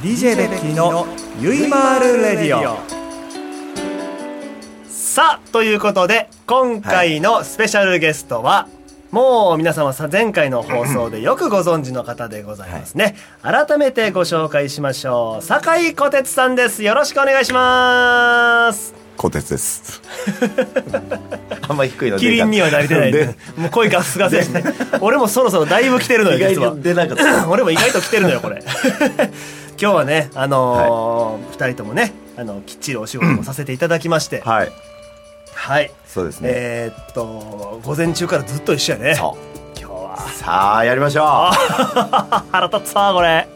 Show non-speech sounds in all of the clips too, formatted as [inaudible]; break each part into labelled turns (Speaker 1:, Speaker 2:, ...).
Speaker 1: DJ ベッキーのゆいまるレディオ
Speaker 2: さあということで今回のスペシャルゲストは、もう皆様さ前回の放送でよくご存知の方でございますね、改めてご紹介しましょう酒井小鉄さんですよろしくお願いします
Speaker 3: 小鉄です。あんまり低いの
Speaker 2: キリンにはなりてないねもう声ガスガス
Speaker 3: [laughs]
Speaker 2: ですね俺もそろそろだいぶ来てるのよ
Speaker 3: 意外
Speaker 2: 実は
Speaker 3: に出なかった。
Speaker 2: 俺も意外と来てるのよ
Speaker 3: [laughs]
Speaker 2: これ今日はねあのー2人ともねあのきっちりお仕事もさせていただきまして、
Speaker 3: はい。
Speaker 2: はい
Speaker 3: そうですね。
Speaker 2: えーっと午前中からずっと一緒やね
Speaker 3: そ
Speaker 2: 今日は
Speaker 3: うさあやりましょ
Speaker 2: 腹立つわこれ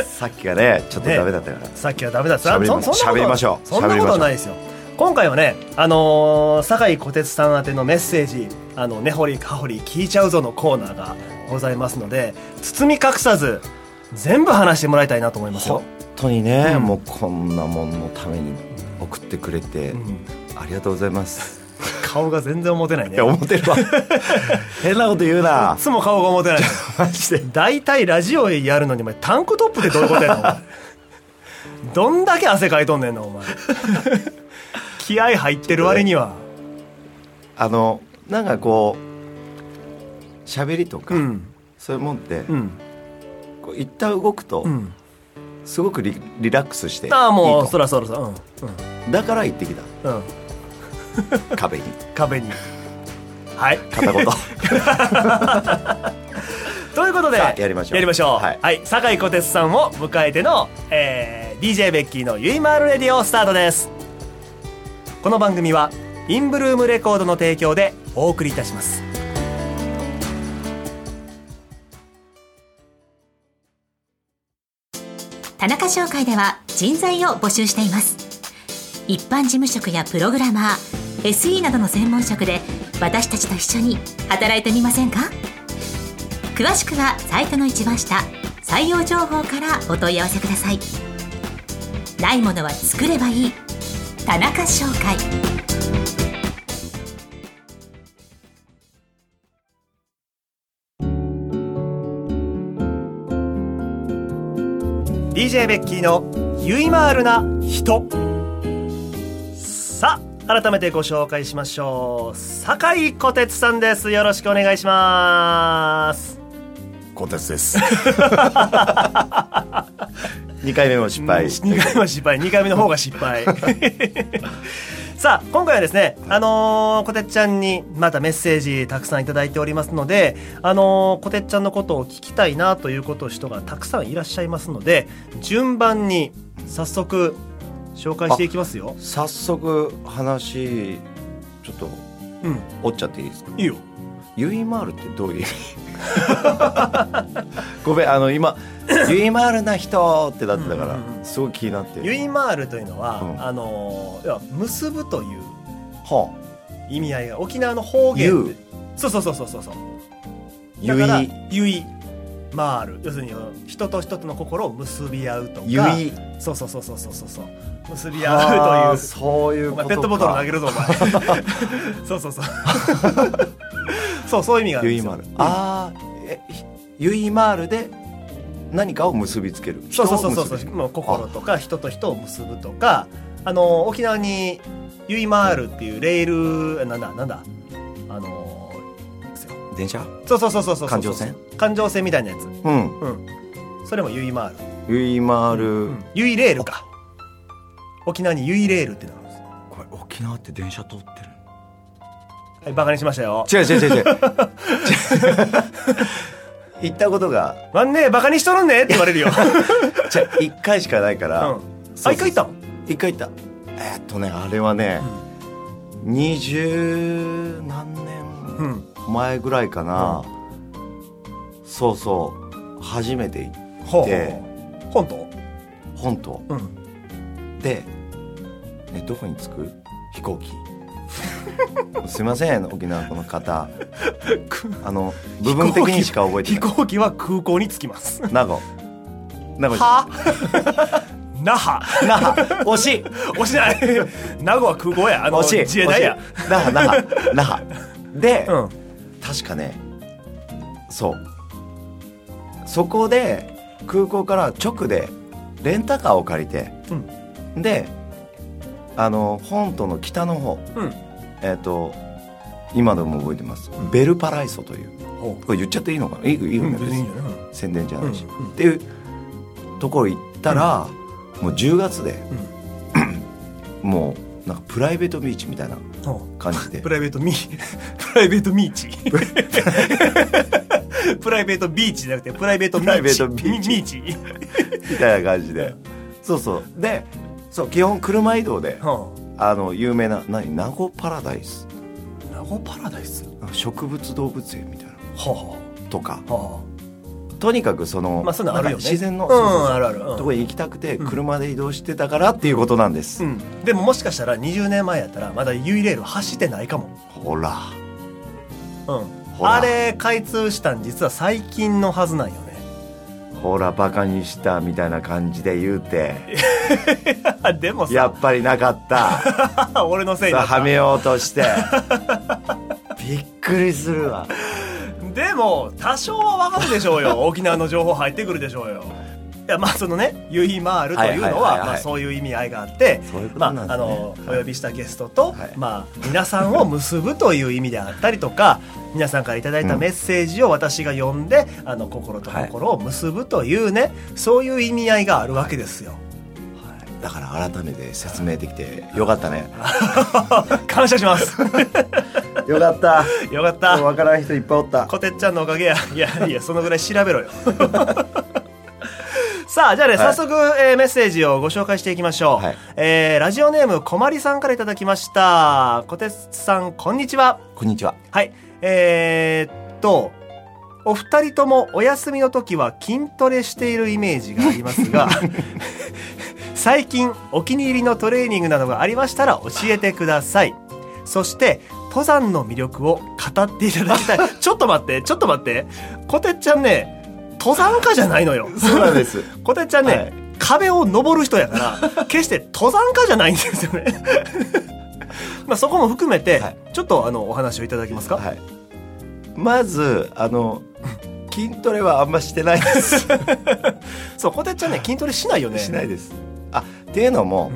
Speaker 3: う。さっきがねちょっと
Speaker 2: ね
Speaker 3: ダメだったから。
Speaker 2: さっきはダメだ
Speaker 3: 喋り
Speaker 2: そそん
Speaker 3: ま
Speaker 2: なこと
Speaker 3: 喋りましょう
Speaker 2: そんな
Speaker 3: 喋り
Speaker 2: こ
Speaker 3: ましょ
Speaker 2: と
Speaker 3: う
Speaker 2: ないですよ今回はねあのー、酒井小鉄さん宛てのメッセージ「あのねほりかほり聞いちゃうぞ」のコーナーがございますので包み隠さず全部話してもらいたいなと思いますよ
Speaker 3: 本、当にね、
Speaker 2: うん
Speaker 3: もうこんなもんのために送ってくれて、
Speaker 2: うん
Speaker 3: ありがとうございます。
Speaker 2: 顔が全然思てない
Speaker 3: い
Speaker 2: ね。
Speaker 3: や思ってるわ。変なこと言うない
Speaker 2: つも顔が思てない
Speaker 3: マジで。
Speaker 2: 大体ラジオやるのにお前タンクトップってどういうことやのお
Speaker 3: [laughs]
Speaker 2: 前どんだけ汗かいとんねんのお前気合入ってる割には
Speaker 3: あのなんかこう喋りとか、
Speaker 2: うん
Speaker 3: そういうもんって、
Speaker 2: うん
Speaker 3: こう一旦動くと、
Speaker 2: うん
Speaker 3: すごくリリラックスしていいと
Speaker 2: ああもう
Speaker 3: 思
Speaker 2: そらそらそらうん
Speaker 3: うだから行ってき
Speaker 2: うんうん
Speaker 3: た壁に
Speaker 2: 壁にはい [laughs]
Speaker 3: 片言
Speaker 2: ということで
Speaker 3: さあやりましょう
Speaker 2: やりましょうは
Speaker 3: はいい、
Speaker 2: 酒井小鉄さんを迎えての、えー DJ ベッキーのゆいまーるレディオスタートですこの番組はインブルームレコードの提供でお送りいたします
Speaker 4: 田中商会では人材を募集しています一般事務職やプログラマー SE などの専門職で私たちと一緒に働いてみませんか詳しくはサイトの一番下採用情報からお問い合わせくださいないものは作ればいい田中商会
Speaker 2: DJ ベッキーのゆいまーるな人さあ改めてご紹介しましょう酒井小鉄さんですよろしくお願いします
Speaker 3: 小鉄です [laughs] 二回目も失敗
Speaker 2: 2回目は失敗2回目の方が失
Speaker 3: [laughs]
Speaker 2: 敗さあ今回はですねあのー、こてっちゃんにまたメッセージたくさんいただいておりますのであのー、こてっちゃんのことを聞きたいなということを人がたくさんいらっしゃいますので順番に早速紹介していきますよ
Speaker 3: 早速話ちょっと
Speaker 2: うん
Speaker 3: 折っちゃっていいですか
Speaker 2: いいよ
Speaker 3: ゆいまーるってどういう意味 [laughs] ごめんあ
Speaker 2: [laughs]
Speaker 3: の今ゆいまーるな人ってなってたか
Speaker 2: うんうんうん
Speaker 3: らすごい気になって
Speaker 2: ゆいまーるというのは、
Speaker 3: うん
Speaker 2: あのー、いや結ぶという
Speaker 3: は
Speaker 2: 意味合いが沖縄の方
Speaker 3: あ
Speaker 2: 言
Speaker 3: ゆ
Speaker 2: でそうそうそうそうそうそう
Speaker 3: ゆ
Speaker 2: だ
Speaker 3: い
Speaker 2: からゆいまーる要するに人と人との心を結び合うとか
Speaker 3: ゆい
Speaker 2: そうそうそうそうそうそうそう結び
Speaker 3: あ
Speaker 2: 合うとい
Speaker 3: ー
Speaker 2: う
Speaker 3: そういう
Speaker 2: お
Speaker 3: こと
Speaker 2: 前ペ
Speaker 3: か
Speaker 2: ットボトル投げるぞお前
Speaker 3: [laughs]
Speaker 2: そうそうそうそうそういう意味がある
Speaker 3: ゆ
Speaker 2: んです
Speaker 3: い
Speaker 2: よ
Speaker 3: まるああえひゆいまるで何かを結びつける
Speaker 2: そうそうそうそう
Speaker 3: 人を結びつける
Speaker 2: もう心とか人と人を結ぶとかあの沖縄にゆいまーるっていうレールなんだなんだあのですよ
Speaker 3: 電車
Speaker 2: そうそうそうそうそうそう
Speaker 3: 環状線
Speaker 2: 環状線みたいなやつ
Speaker 3: うん
Speaker 2: それもゆいまーる
Speaker 3: ゆいまる
Speaker 2: ゆいレールか沖縄にゆいレールってなるんです
Speaker 3: これ沖縄って電車通ってる
Speaker 2: はいバカにしましたよ
Speaker 3: 違う違
Speaker 2: [laughs]
Speaker 3: う違う違う行ったことが
Speaker 2: まんねバカにしとるんねって言われ
Speaker 3: [laughs]
Speaker 2: るよ、
Speaker 3: じゃ一回しかないか
Speaker 2: うん、
Speaker 3: ら、
Speaker 2: あ一回行ったの
Speaker 3: 一回行ったえーっとねあれはね二十、何
Speaker 2: う
Speaker 3: 年
Speaker 2: ん
Speaker 3: 前ぐらいかな、そうそう初めて行っ
Speaker 2: ほう
Speaker 3: で
Speaker 2: 本当
Speaker 3: 本島
Speaker 2: うん
Speaker 3: で、ね、どこに着く飛行機 [laughs] すいません沖縄こ
Speaker 2: [laughs]
Speaker 3: の方あの部分的にしか覚えて
Speaker 2: 飛
Speaker 3: ない
Speaker 2: 行機は空港に着きます
Speaker 3: 名護名護
Speaker 2: は [laughs] 那覇
Speaker 3: 那覇惜し
Speaker 2: [laughs]
Speaker 3: い
Speaker 2: 押しない名護は空港やあの
Speaker 3: 惜しい
Speaker 2: 自衛隊や
Speaker 3: 惜しい那覇那覇那覇で、
Speaker 2: うん
Speaker 3: 確かねそうそこで空港から直でレンタカーを借りて、であの本島の北の方、
Speaker 2: うん
Speaker 3: えっ、と今でも覚えてますベルパライソという
Speaker 2: ほ
Speaker 3: これ言っちゃっていいのかないいいいよね、別に
Speaker 2: う
Speaker 3: 宣伝じゃないし、
Speaker 2: うんうん
Speaker 3: っていうところ行ったら、もう10月で、もうなんかプライベートビーチみたいな感じで
Speaker 2: [laughs] プライベートミープライベートミーチプライベートビーチじゃなくてプライベートミ
Speaker 3: プライベ
Speaker 2: ー
Speaker 3: ー
Speaker 2: チ
Speaker 3: トビーチ
Speaker 2: ミミーチ
Speaker 3: みたいな感じでそうそうでそう基本車移動で
Speaker 2: ほ
Speaker 3: あの有名な何名護パラダイス
Speaker 2: う名護パラダイス
Speaker 3: 植物動物園みたいな
Speaker 2: は
Speaker 3: とか
Speaker 2: あは
Speaker 3: とにかくその,、
Speaker 2: まあそういうのあるよね
Speaker 3: 自然の、
Speaker 2: うん
Speaker 3: そうそうそう
Speaker 2: あるあるうん
Speaker 3: とこに行きたくて車で移動してたからっていうことなんです、
Speaker 2: あうんでももしかしたら20年前やったらまだ U レール走ってないかも
Speaker 3: ほら
Speaker 2: うん
Speaker 3: ほら
Speaker 2: あれ開通したん実は最近のはずなんよね
Speaker 3: ほらバカにしたみたいな感じで言うて
Speaker 2: でもさ
Speaker 3: やっぱりな
Speaker 2: [laughs]
Speaker 3: かった
Speaker 2: 俺のせいに
Speaker 3: さ
Speaker 2: な
Speaker 3: あ
Speaker 2: った
Speaker 3: はめようとして
Speaker 2: [laughs]
Speaker 3: びっくりするわ
Speaker 2: でも多少はわかるでしょう
Speaker 3: [laughs]
Speaker 2: よ沖縄の情報入ってくるでしょうよいやまあそのね「ゆいまーる」というの
Speaker 3: はいはいはい
Speaker 2: は
Speaker 3: はい
Speaker 2: まあそういう意味合いがあって
Speaker 3: そういうこと
Speaker 2: ま
Speaker 3: な
Speaker 2: あ
Speaker 3: んですね
Speaker 2: あのお呼びしたゲストと
Speaker 3: はい
Speaker 2: まあ皆さんを結ぶという意味であったりとか皆さんからいただいたメッセージを私が読んであの心と心を結ぶというねそういう意味合いがあるわけですよ。 [laughs]
Speaker 3: だから改めて説明できてよかったね
Speaker 2: 感謝します
Speaker 3: [laughs] よかった
Speaker 2: [laughs] よかった
Speaker 3: 分からん人いっぱいおった
Speaker 2: こてっちゃんのおかげ
Speaker 3: [laughs]
Speaker 2: や。いやいや、そのぐらい調べろよ。さあ、じゃあね、
Speaker 3: はい
Speaker 2: 早速、えーメッセージをご紹介していきましょう。
Speaker 3: はい
Speaker 2: えーラジオネーム、こまりさんからいただきました。こてつさん、こんにちは。
Speaker 3: こんにちは
Speaker 2: はい。えーっと、お二人ともお休みの時は筋トレしているイメージがあります
Speaker 3: [laughs]
Speaker 2: が、最近お気に入りのトレーニングなどがありましたら教えてください。そして、登山の魅力を語っていただき
Speaker 3: [laughs]
Speaker 2: たい。ちょっと待って、ちょっと待って。こてっちゃんね、登山家じゃないのよ。
Speaker 3: そうなんです
Speaker 2: こてっちゃんね、
Speaker 3: はい
Speaker 2: 壁を登る人や
Speaker 3: [laughs]
Speaker 2: から、決して登山家じゃないんですよね。 [laughs] まあそこも含めて、
Speaker 3: はい
Speaker 2: ちょっとあのお話をいただけますか。
Speaker 3: はいまずあの筋トレはあんましてないです
Speaker 2: そう、こてっちゃんね、筋トレしないよね。
Speaker 3: しないです。あっていうのも、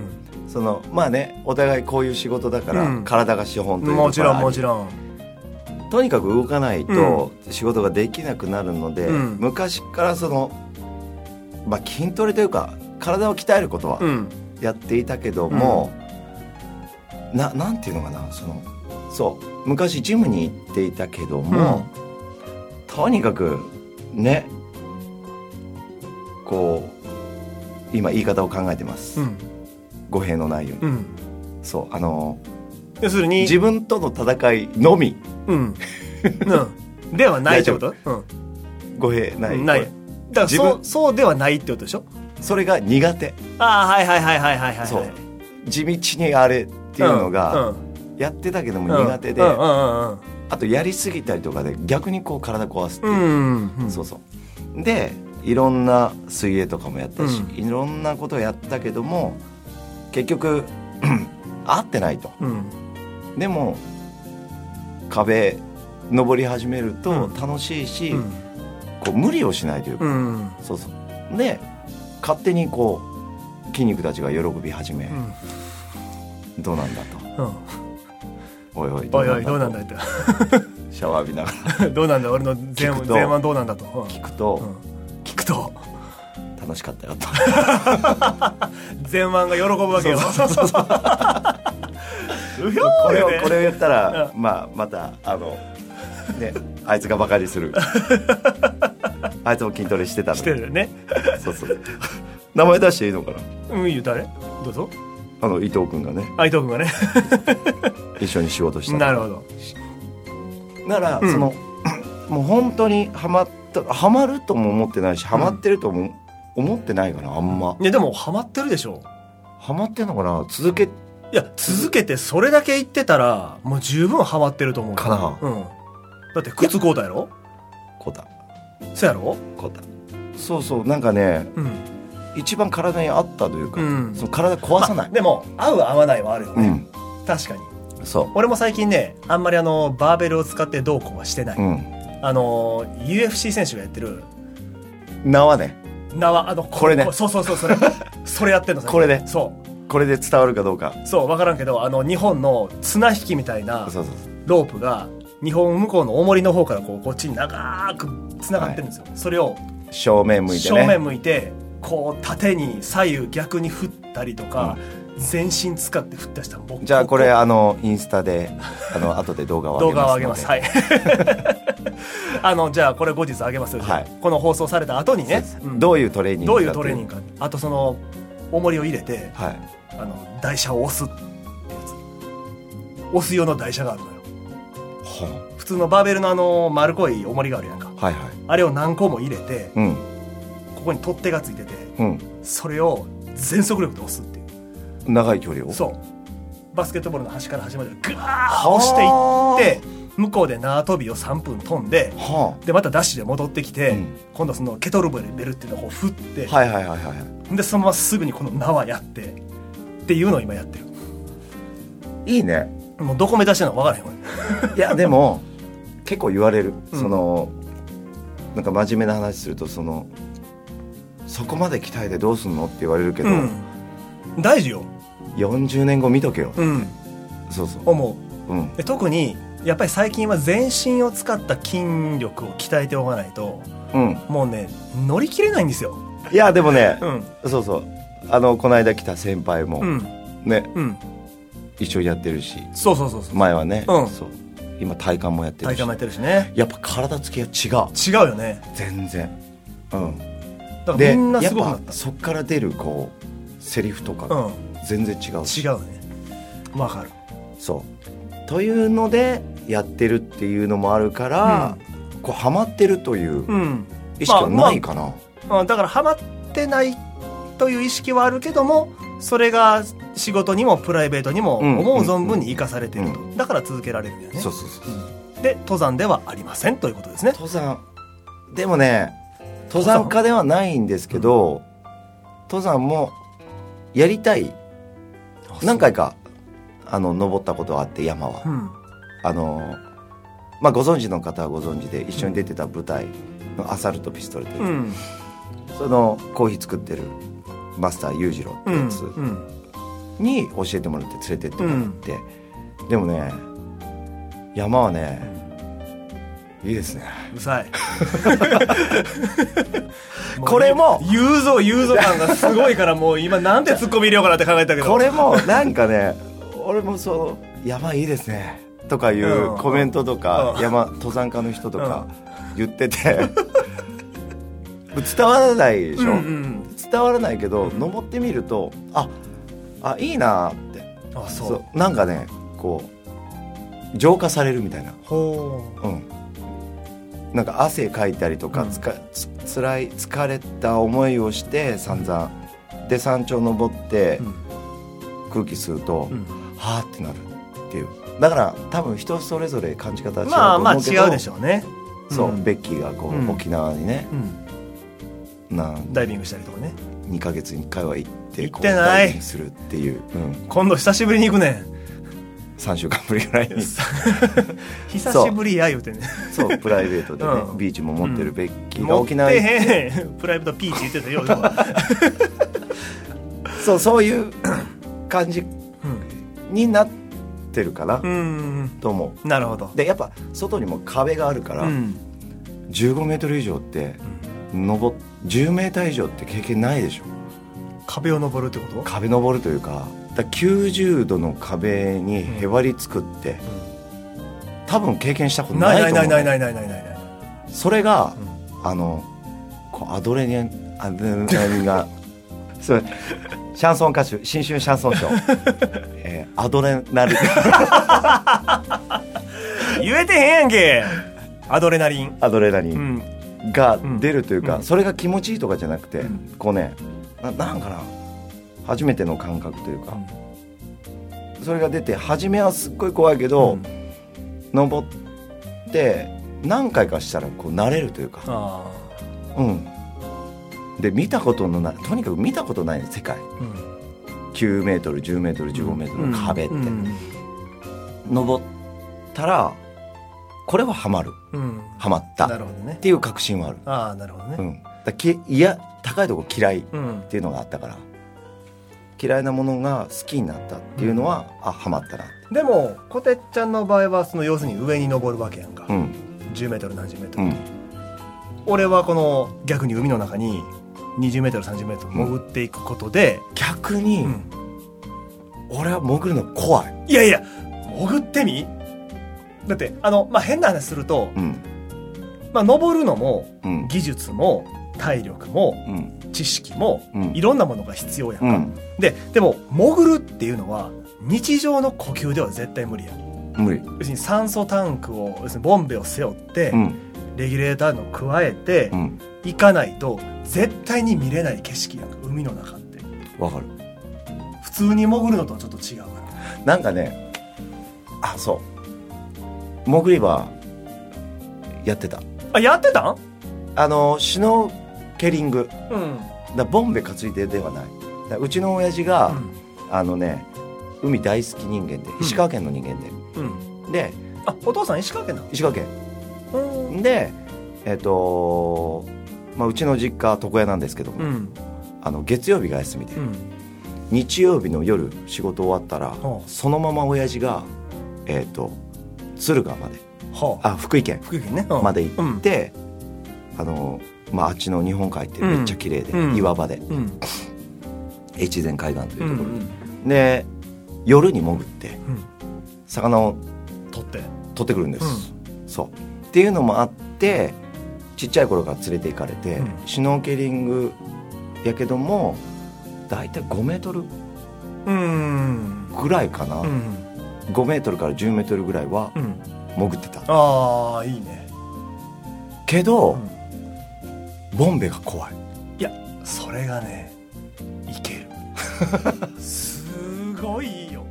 Speaker 2: う
Speaker 3: そのまあねお互いこういう仕事だから、
Speaker 2: うん
Speaker 3: 体が資本という
Speaker 2: もちろん、もち
Speaker 3: ろ
Speaker 2: ろん。
Speaker 3: んとにかく動かないと仕事ができなくなるので、
Speaker 2: うん
Speaker 3: 昔からその、まあ、筋トレというか体を鍛えることは
Speaker 2: うん。
Speaker 3: やっていたけども、ななんていうのかなそのそう昔ジムに行っていたけども、とにかくねこう今言い方を考えてます、
Speaker 2: うん。
Speaker 3: 語弊のないように、
Speaker 2: うん。
Speaker 3: そうあの
Speaker 2: 要するに、
Speaker 3: 自分との戦いのみ
Speaker 2: うん。うん。ではないってこと
Speaker 3: 語弊な
Speaker 2: う
Speaker 3: い
Speaker 2: ん。ない。だから
Speaker 3: 自
Speaker 2: そ
Speaker 3: 分
Speaker 2: う、そうではないってことでしょ
Speaker 3: それが苦手
Speaker 2: ああ、はいはいはいはいはいはい。
Speaker 3: そうんっ地道にあれっていうのが、やってたけど
Speaker 2: う
Speaker 3: も
Speaker 2: んうん
Speaker 3: 苦手で、
Speaker 2: うんうん
Speaker 3: あとやりすぎたりとかで逆にこう体壊すって
Speaker 2: う
Speaker 3: い
Speaker 2: ん
Speaker 3: う、
Speaker 2: うん。うん。
Speaker 3: そうそうでいろんな水泳とかもやったし、
Speaker 2: うん
Speaker 3: いろんなことをやったけども結局 [clears throat] 合ってないと
Speaker 2: うん。
Speaker 3: でも壁登り始めると
Speaker 2: うん
Speaker 3: 楽しいし、
Speaker 2: うん。
Speaker 3: こう無理をしないというか、
Speaker 2: うん。
Speaker 3: そうそうで勝手にこう筋肉たちが喜び始め、
Speaker 2: うん。
Speaker 3: どうなんだと
Speaker 2: うん
Speaker 3: おいおい
Speaker 2: おいおい、どうなんだ
Speaker 3: と
Speaker 2: って [laughs]
Speaker 3: シャワー浴びながら
Speaker 2: どうなんだ俺の前
Speaker 3: 聞くと
Speaker 2: 前腕どうなんだと。
Speaker 3: 聞く
Speaker 2: うんう
Speaker 3: と
Speaker 2: ん聞くと、 [laughs]
Speaker 3: 楽しかったよと
Speaker 2: 前腕が喜ぶわけよ。 [laughs] うひょー
Speaker 3: これを
Speaker 2: 言うて
Speaker 3: これを言ったら、まあ、またあのねあいつがバカ
Speaker 2: [laughs]
Speaker 3: にするあいつも筋トレしてたの
Speaker 2: してるよね。
Speaker 3: そうそう名前出していいのかな
Speaker 2: うん、いいよ誰どうぞ。
Speaker 3: あの伊藤君がね
Speaker 2: 愛藤君 [laughs] がね。
Speaker 3: 一緒に仕事した
Speaker 2: なるほど。
Speaker 3: なら、
Speaker 2: うん
Speaker 3: その [clears throat] もう本当にハマったハマるとも思ってないしハマってるとも思ってないかなあんま
Speaker 2: いや、でも、ハマってるでしょ。
Speaker 3: ハマってんのかな続け
Speaker 2: いや、続けてそれだけ言ってたら、もう十分ハマってると思う。
Speaker 3: かな
Speaker 2: うん。だって、靴買うたやろ
Speaker 3: こた
Speaker 2: そうやろ
Speaker 3: こたそうそうなんかね
Speaker 2: うん。
Speaker 3: 一番体に合ったというか、
Speaker 2: うん
Speaker 3: その体壊さ
Speaker 2: ま
Speaker 3: な
Speaker 2: あ
Speaker 3: い、
Speaker 2: でも、合う合わないはあるよ
Speaker 3: う
Speaker 2: ね。
Speaker 3: ん
Speaker 2: 確かに。
Speaker 3: そ
Speaker 2: 俺も最近ね、あんまりあの、バーベルを使ってどうこうはしてないう
Speaker 3: う。ん
Speaker 2: あの、UFC 選手がやってる、
Speaker 3: 縄ね
Speaker 2: 縄あの
Speaker 3: これね
Speaker 2: そうそうそう [laughs] それそれやってんの
Speaker 3: これね
Speaker 2: そ
Speaker 3: これで伝わるかどうか
Speaker 2: うそう分からんけどあの日本の綱引きみたいな
Speaker 3: そうそう
Speaker 2: ロープが日本向こうの重りの方からこうこっちに長くつながってるんですよ、それを
Speaker 3: 正面向いて
Speaker 2: 正
Speaker 3: ね
Speaker 2: 面向いてこう縦に左右逆に振ったりとか、全身使って振ったりしたら僕
Speaker 3: じゃあこれあのインスタで
Speaker 2: [laughs]
Speaker 3: あの後で動画を
Speaker 2: 動
Speaker 3: 上げますので
Speaker 2: 画を上げます。はい。 [laughs] あのじゃあこれ後日上げますよ。
Speaker 3: はい
Speaker 2: この放送された後にね。うん
Speaker 3: どういうトレーニング
Speaker 2: ど
Speaker 3: かっ
Speaker 2: う
Speaker 3: て
Speaker 2: いうトレーニングか。あとその重りを入れて
Speaker 3: はい
Speaker 2: あの台車を押すってやつ。押す用の台車があるのよ。
Speaker 3: は
Speaker 2: 普通のバーベルのあの丸っこい重りがあるやんか。
Speaker 3: あはいはい
Speaker 2: あれを何個も入れて
Speaker 3: うん
Speaker 2: ここに取っ手がついてて
Speaker 3: うん
Speaker 2: それを全速力で押すっていう。
Speaker 3: 長い距離を
Speaker 2: そう。バスケットボールの端から端までグワーッ押していって向こうで縄跳びを3分飛んで。
Speaker 3: は
Speaker 2: でまたダッシュで戻ってきて、
Speaker 3: うん
Speaker 2: 今度そのケトルベルっていうのをこう振って、
Speaker 3: あはいはいはいはいは
Speaker 2: でそのまますぐにこの縄やってっていうのを今やってる
Speaker 3: いいいね
Speaker 2: もうどこ目指してるのか分からへんこ
Speaker 3: いやでも結構言われる、
Speaker 2: うん
Speaker 3: そのなんか真面目な話するとそのそこまで鍛えてどうすんのって言われるけど、
Speaker 2: れ、うん、大事よ、
Speaker 3: 40年後見とけよ、
Speaker 2: うん、
Speaker 3: そうそう、
Speaker 2: 思
Speaker 3: うん
Speaker 2: う、で特にやっぱり最近は全身を使った筋力を鍛えておかないと
Speaker 3: うん、
Speaker 2: もうね乗り切れないんですよ
Speaker 3: いやでもね
Speaker 2: う、ん
Speaker 3: そうそうあのこの間来た先輩も、
Speaker 2: うん
Speaker 3: ね
Speaker 2: うん
Speaker 3: 一緒にやってるし
Speaker 2: そうそうそうそう
Speaker 3: 前はね、
Speaker 2: うん
Speaker 3: そう今体幹もやってる
Speaker 2: 体
Speaker 3: し
Speaker 2: 幹もやってるしね
Speaker 3: やっぱ体つきが違
Speaker 2: 違
Speaker 3: う
Speaker 2: うよね
Speaker 3: 全然うん
Speaker 2: だから
Speaker 3: で
Speaker 2: みんな
Speaker 3: や
Speaker 2: す
Speaker 3: っ
Speaker 2: ごくな
Speaker 3: ぱ
Speaker 2: っ
Speaker 3: そっから出るこうセリフとか
Speaker 2: たう
Speaker 3: が
Speaker 2: ん
Speaker 3: 全然違うし、
Speaker 2: 違うねわかる
Speaker 3: そうというのでやってるっていうのもあるから、こうハマってるという
Speaker 2: うん
Speaker 3: 意識はないかな、
Speaker 2: うん、だからハマってないという意識はあるけどもそれが仕事にもプライベートにも
Speaker 3: うん
Speaker 2: 思う存分に生かされていると、
Speaker 3: う
Speaker 2: だから続けられるんだよね
Speaker 3: そうそうそう
Speaker 2: で登山ではありませんということですね
Speaker 3: 登山でもね登山家ではないんですけど登山もやりたい何回かあの登ったことはあって山は、
Speaker 2: うん
Speaker 3: あのまあご存知の方はご存知で一緒に出てた舞台の「アサルトピストル」というう、
Speaker 2: ん
Speaker 3: そのコーヒー作ってるマスター裕次郎って
Speaker 2: う
Speaker 3: や
Speaker 2: ん
Speaker 3: つ、
Speaker 2: うん
Speaker 3: に教えてもらって連れてってもらって、でもね山はねいいですね
Speaker 2: うざいう
Speaker 3: [laughs] これも
Speaker 2: 言うぞ言うぞ感がすごいからもう今なんでツッコミ入れようかなって考えたけど
Speaker 3: これもなんかね [laughs] 俺もその山いいですねとかい
Speaker 2: うん
Speaker 3: うコメントとか、
Speaker 2: うん
Speaker 3: 山登山家の人とか言ってて、 [laughs] 伝わらないでし
Speaker 2: うん
Speaker 3: ょ、
Speaker 2: うん
Speaker 3: 伝わらないけど登ってみるとああいいなーって
Speaker 2: あそう
Speaker 3: そうなんかねこう浄化されるみたいな
Speaker 2: ほう
Speaker 3: うん、なんか汗かいたりとか
Speaker 2: うん
Speaker 3: つか、つ辛い疲れた思いをして散々で山頂登って
Speaker 2: うん
Speaker 3: 空気吸うと、
Speaker 2: うん
Speaker 3: はーってなるっていうだから多分人それぞれ感じ方は違うと
Speaker 2: まあまあ
Speaker 3: 思うけど、
Speaker 2: 違うでしょうね
Speaker 3: そう、
Speaker 2: うん
Speaker 3: ベッキーがこう、
Speaker 2: うん
Speaker 3: 沖縄にね
Speaker 2: うん
Speaker 3: なん
Speaker 2: ダイビングしたりとかね
Speaker 3: 2ヶ月に1回は行って
Speaker 2: 行
Speaker 3: こう
Speaker 2: ってない
Speaker 3: ダイビングするっていう、うん、
Speaker 2: 今度久しぶりに行くねん
Speaker 3: 3週間ぶりぐら
Speaker 2: [laughs]
Speaker 3: いに
Speaker 2: 久しぶりや言うてね
Speaker 3: そうプライベートでね、
Speaker 2: うん
Speaker 3: ビーチも持ってるベッキーが
Speaker 2: 持っ
Speaker 3: 沖
Speaker 2: て
Speaker 3: 縄に
Speaker 2: へんプライベートピーチ言ってたよ、要
Speaker 3: [laughs]
Speaker 2: は
Speaker 3: そうそういう感じ
Speaker 2: うん
Speaker 3: になってるかな、
Speaker 2: うん
Speaker 3: と思
Speaker 2: なるほど
Speaker 3: うでやっぱ外にも壁があるから、
Speaker 2: うん
Speaker 3: 15メートル以上って登っ10メーター以上って経験ないでしょ
Speaker 2: 壁を登るってこと
Speaker 3: 壁登るというかだから90度の壁にへばりつくって、多分経験したこと
Speaker 2: な
Speaker 3: ないい
Speaker 2: ない
Speaker 3: と思
Speaker 2: な
Speaker 3: う
Speaker 2: いないないないないない
Speaker 3: それが、あのこうアドレナリンアドレナリンが [laughs] すごいシャンソン歌手新春シャンソンショー、
Speaker 2: [laughs]
Speaker 3: えーアドレナリン
Speaker 2: 言えてへんやんけアドレナリン
Speaker 3: アドレナリン、
Speaker 2: うん
Speaker 3: が出るというか、
Speaker 2: うん
Speaker 3: それが気持ちいいとかじゃなくて、
Speaker 2: うん
Speaker 3: こうねななんかな初めての感覚というか、それが出て初めはすっごい怖いけど、
Speaker 2: うん
Speaker 3: 登って何回かしたらこう慣れるというか、
Speaker 2: あ
Speaker 3: うん、で見たことのないとにかく見たことない世界
Speaker 2: あうん
Speaker 3: 9メートル1 0メートル1 5メートルの壁って、
Speaker 2: うん
Speaker 3: 登ったらこれはハマる
Speaker 2: うん
Speaker 3: ハマった
Speaker 2: な
Speaker 3: っ
Speaker 2: るほどね
Speaker 3: ていう確信はある。
Speaker 2: ああなるほど
Speaker 3: う
Speaker 2: ね
Speaker 3: ん、だきいや高いとこ嫌いっ
Speaker 2: うん
Speaker 3: ていうのがあったから嫌いなものが好きになったっていうのは、あハマったなって
Speaker 2: でもこてっちゃんの場合はその要するに上に登るわけやんか、
Speaker 3: うん
Speaker 2: 10メートル何十メート
Speaker 3: う
Speaker 2: ル、
Speaker 3: ん
Speaker 2: 俺はこの逆に海の中に20メートル30メートル潜っていくことで、
Speaker 3: 逆に、
Speaker 2: うん
Speaker 3: 俺は潜るの怖い、
Speaker 2: いやいや潜ってみだってあの、まあ、変な話すると、
Speaker 3: うん
Speaker 2: まあ、登るのも
Speaker 3: うん
Speaker 2: 技術も体力も
Speaker 3: うん
Speaker 2: 知識も
Speaker 3: うん
Speaker 2: いろんなものが必要やんか、
Speaker 3: うん、
Speaker 2: ででも潜るっていうのは日常の呼吸では絶対無理やん
Speaker 3: 無理、
Speaker 2: 要するに酸素タンクを要するにボンベを背負って、
Speaker 3: うん
Speaker 2: レギュレーターの加えて
Speaker 3: うん、
Speaker 2: 行かないと絶対に見れない景色やんか海の中って
Speaker 3: わかる
Speaker 2: 普通に潜るのとはちょっと違うから
Speaker 3: なんかねあそう潜り場やってた
Speaker 2: あやってたん
Speaker 3: あのシュノーケリング
Speaker 2: うん
Speaker 3: だボンベ担いでではないだうちの親父が、あのね海大好き人間で
Speaker 2: ん
Speaker 3: 石川県の人間で、
Speaker 2: うん、うん、
Speaker 3: で
Speaker 2: あお父さん石川県なの
Speaker 3: 石川県
Speaker 2: うん
Speaker 3: でえっ、とまあ、うちの実家は床屋なんですけども、
Speaker 2: うん
Speaker 3: あの月曜日が休みで、
Speaker 2: うん
Speaker 3: 日曜日の夜仕事終わったら、
Speaker 2: はあ
Speaker 3: そのまま親父がえっ、と敦賀まで
Speaker 2: はあ
Speaker 3: あ福井県
Speaker 2: 福井県ね、うん
Speaker 3: まで行って、あのまあ、あっちの日本海ってめっちゃ綺麗で、
Speaker 2: うん
Speaker 3: 岩場で
Speaker 2: うんうん
Speaker 3: 越前海岸といううとこ
Speaker 2: ん
Speaker 3: ろ
Speaker 2: う
Speaker 3: で、
Speaker 2: ん
Speaker 3: で夜に潜って
Speaker 2: うん
Speaker 3: 魚を
Speaker 2: 取って
Speaker 3: 取ってくるんです、そうっていうのもあってちっちゃい頃から連れて行かれて、
Speaker 2: うん
Speaker 3: シュノーケリングやけども大体5メートル
Speaker 2: うん
Speaker 3: ぐらいかな、
Speaker 2: うん
Speaker 3: 5メートルから10メートルぐらいは
Speaker 2: うん
Speaker 3: 潜ってた、
Speaker 2: ああいいね
Speaker 3: けど、
Speaker 2: うん
Speaker 3: ボンベが怖い
Speaker 2: いやそれがねいけ [laughs] るすごいよ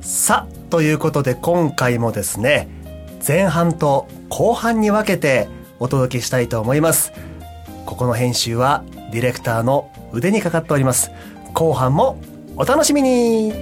Speaker 2: さあということで今回もですね前半と後半に分けてお届けしたいと思いますここの編集はディレクターの腕にかかっております後半もお楽しみに